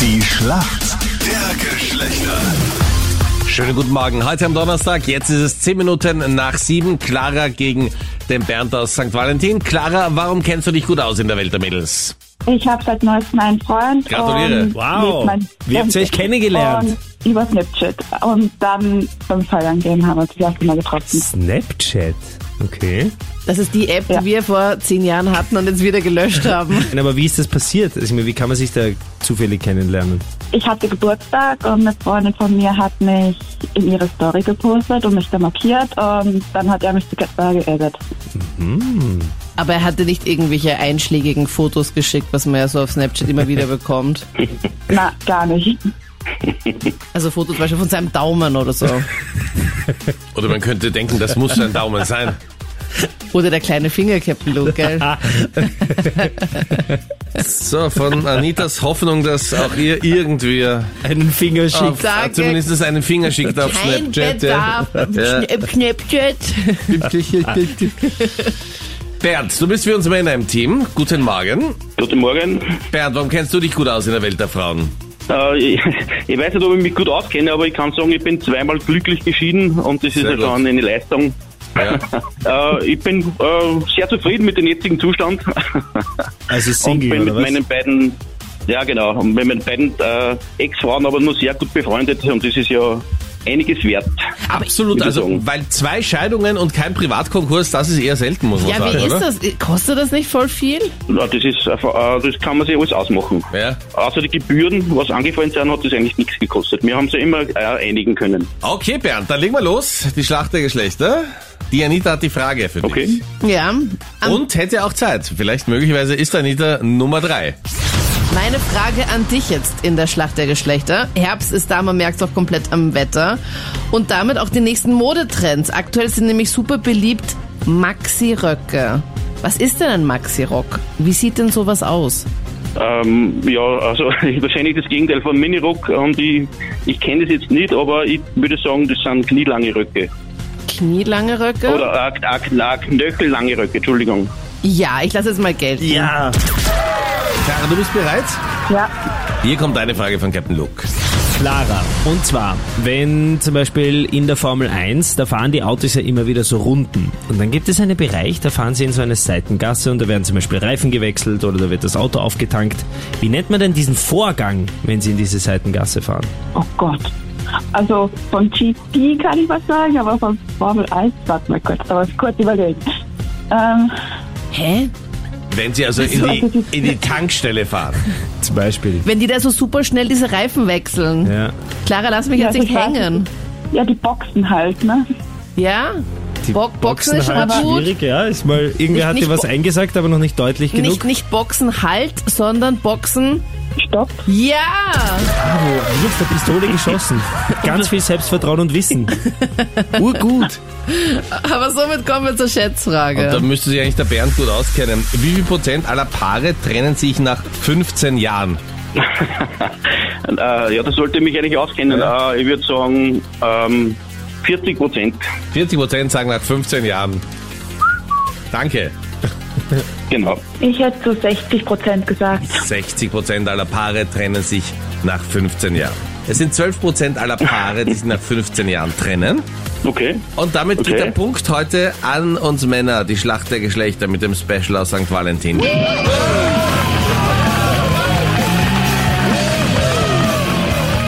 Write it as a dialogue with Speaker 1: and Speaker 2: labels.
Speaker 1: Die Schlacht der Geschlechter.
Speaker 2: Schönen guten Morgen. Heute am Donnerstag, jetzt ist es 10 Minuten nach 7. Clara gegen den Bernd aus St. Valentin. Clara, warum kennst du dich gut aus in der Welt der Mädels?
Speaker 3: Ich habe seit neuestem einen Freund.
Speaker 2: Gratuliere.
Speaker 3: und
Speaker 4: Wow.
Speaker 3: lebe mein-
Speaker 4: Wie habt ihr euch kennengelernt?
Speaker 3: Und über Snapchat. Und dann beim Feiern gehen haben wir uns das erste Mal getroffen.
Speaker 4: Snapchat. Okay.
Speaker 5: Das ist die App, die
Speaker 3: Ja.
Speaker 5: wir vor zehn Jahren hatten und jetzt wieder gelöscht haben.
Speaker 4: Nein, Aber wie ist das passiert? Also, ich meine, wie kann man sich da zufällig kennenlernen?
Speaker 3: Ich hatte Geburtstag und eine Freundin von mir hat mich in ihre Story gepostet und mich da markiert. Und dann hat er mich sogar geärgert.
Speaker 5: Aber er hatte nicht irgendwelche einschlägigen Fotos geschickt, was man ja so auf Snapchat immer wieder bekommt.
Speaker 3: Na, gar nicht.
Speaker 5: Also Fotos zum Beispiel von seinem Daumen oder so.
Speaker 2: Oder man könnte denken, das muss ein Daumen sein.
Speaker 5: Oder der kleine Finger, Captain Luke, gell?
Speaker 2: So, von Anitas Hoffnung, dass auch ihr irgendwie
Speaker 4: Einen Finger
Speaker 2: auf,
Speaker 4: schickt.
Speaker 5: Danke.
Speaker 2: zumindest einen Finger schickt auf
Speaker 5: Kein
Speaker 2: Snapchat. äh.
Speaker 5: Bedarf.
Speaker 2: Ja.
Speaker 5: Schn- Snapchat.
Speaker 2: Bernd, du bist für uns Männer im Team. Guten Morgen.
Speaker 6: Guten Morgen.
Speaker 2: Bernd, warum kennst du dich gut aus in der Welt der Frauen?
Speaker 6: Äh, ich, ich weiß nicht, ob ich mich gut auskenne, aber ich kann sagen, ich bin zweimal glücklich geschieden und das ist
Speaker 2: Sehr
Speaker 6: ja
Speaker 2: gut.
Speaker 6: schon eine Leistung.
Speaker 2: Ja.
Speaker 6: Äh, ich bin äh, sehr zufrieden mit dem jetzigen Zustand
Speaker 4: Also
Speaker 6: und
Speaker 4: Single,
Speaker 6: bin
Speaker 4: oder
Speaker 6: mit
Speaker 4: was?
Speaker 6: meinen beiden, ja genau, und mit meinen beiden äh, Ex-Frauen aber nur sehr gut befreundet und das ist ja einiges wert.
Speaker 2: Absolut,
Speaker 6: ich-
Speaker 2: also, weil zwei Scheidungen und kein Privatkonkurs, das ist eher selten, muss man
Speaker 5: Ja,
Speaker 2: sagen,
Speaker 5: wie
Speaker 2: oder?
Speaker 5: ist das? Kostet das nicht voll viel?
Speaker 6: Ja, Das, ist, äh, das kann man sich alles ausmachen.
Speaker 2: Ja.
Speaker 6: Außer die Gebühren, was angefallen sind, hat das eigentlich nichts gekostet. Wir haben sie immer äh, einigen können.
Speaker 2: Okay, Bernd, dann legen wir los. Die Schlacht der Geschlechter. Die Anita hat die Frage für dich.
Speaker 6: Okay.
Speaker 5: Ja. Am
Speaker 2: Und hätte auch Zeit. Vielleicht möglicherweise ist Anita Nummer drei.
Speaker 5: Meine Frage an dich jetzt in der Schlacht der Geschlechter. Herbst ist da, man merkt es auch komplett am Wetter. Und damit auch die nächsten Modetrends. Aktuell sind nämlich super beliebt Maxi-Röcke. Was ist denn ein Maxi-Rock? Wie sieht denn sowas aus?
Speaker 6: Ähm, ja, also wahrscheinlich das Gegenteil von Minirock und ich, ich kenne das jetzt nicht, aber ich würde sagen, das sind knielange Röcke.
Speaker 5: Knielange Röcke?
Speaker 6: Oder äh, äh, na, knöchellange Röcke, Entschuldigung.
Speaker 5: Ja, ich lasse jetzt mal gelten.
Speaker 4: Ja.
Speaker 2: Clara, du bist bereit?
Speaker 3: Ja,
Speaker 2: Hier kommt eine Frage von Captain Luke.
Speaker 4: Clara. Und zwar, wenn zum Beispiel in der Formel 1, da fahren die Autos ja immer wieder so Runden. Und dann gibt es einen Bereich, da fahren sie in so eine Seitengasse und da werden zum Beispiel Reifen gewechselt oder da wird das Auto aufgetankt. Wie nennt man denn diesen Vorgang, wenn sie in diese Seitengasse fahren?
Speaker 3: oh Gott. Also vom GP kann ich was sagen, aber vom Formel 1, warte mal kurz, aber kurz überlegen. Ähm,
Speaker 5: Hä?
Speaker 2: Wenn sie also in die, in die Tankstelle fahren.
Speaker 4: Zum Beispiel.
Speaker 5: Wenn die da so super schnell diese Reifen wechseln.
Speaker 4: Ja,
Speaker 5: Clara, lass mich jetzt
Speaker 3: ja,
Speaker 5: nicht
Speaker 3: ich weiß
Speaker 5: hängen.
Speaker 3: Ja, die Boxen halt, ne?
Speaker 5: Ja?
Speaker 4: die
Speaker 5: Bo- Boxen ist schon
Speaker 4: halt
Speaker 5: mal gut.
Speaker 4: schwierig, ja. Ist mal, irgendwer
Speaker 5: Nicht-
Speaker 4: hat dir
Speaker 5: nicht
Speaker 4: was
Speaker 5: Bo-
Speaker 4: eingesagt, aber noch nicht deutlich
Speaker 5: Nicht,
Speaker 4: genug.
Speaker 5: nicht Boxen halt, sondern Boxen.
Speaker 3: Stopp.
Speaker 5: Ja!
Speaker 4: Bravo, wie auf der Pistole geschossen. Ganz viel Selbstvertrauen und Wissen. Urgut.
Speaker 5: Aber somit kommen wir zur
Speaker 2: Und da
Speaker 5: Schätzfrage.
Speaker 2: müsste sich eigentlich der Bernd gut auskennen. Wie viel Prozent aller Paare trennen sich nach 15 Jahren?
Speaker 6: Äh, ja, das sollte ich mich eigentlich auskennen. Äh, ich würde sagen, ähm, 40 Prozent.
Speaker 2: 40 Prozent sagen nach 15 Jahren. Danke.
Speaker 6: Genau.
Speaker 3: Ich hätte so 60 Prozent gesagt.
Speaker 2: 60 Prozent aller Paare trennen sich nach 15 Jahren. Es sind 12 Prozent aller Paare, die sich nach 15 Jahren trennen.
Speaker 6: Okay.
Speaker 2: Und damit geht
Speaker 6: Okay.
Speaker 2: der Punkt heute an uns Männer, die Schlacht der Geschlechter mit dem Special aus St. Valentin.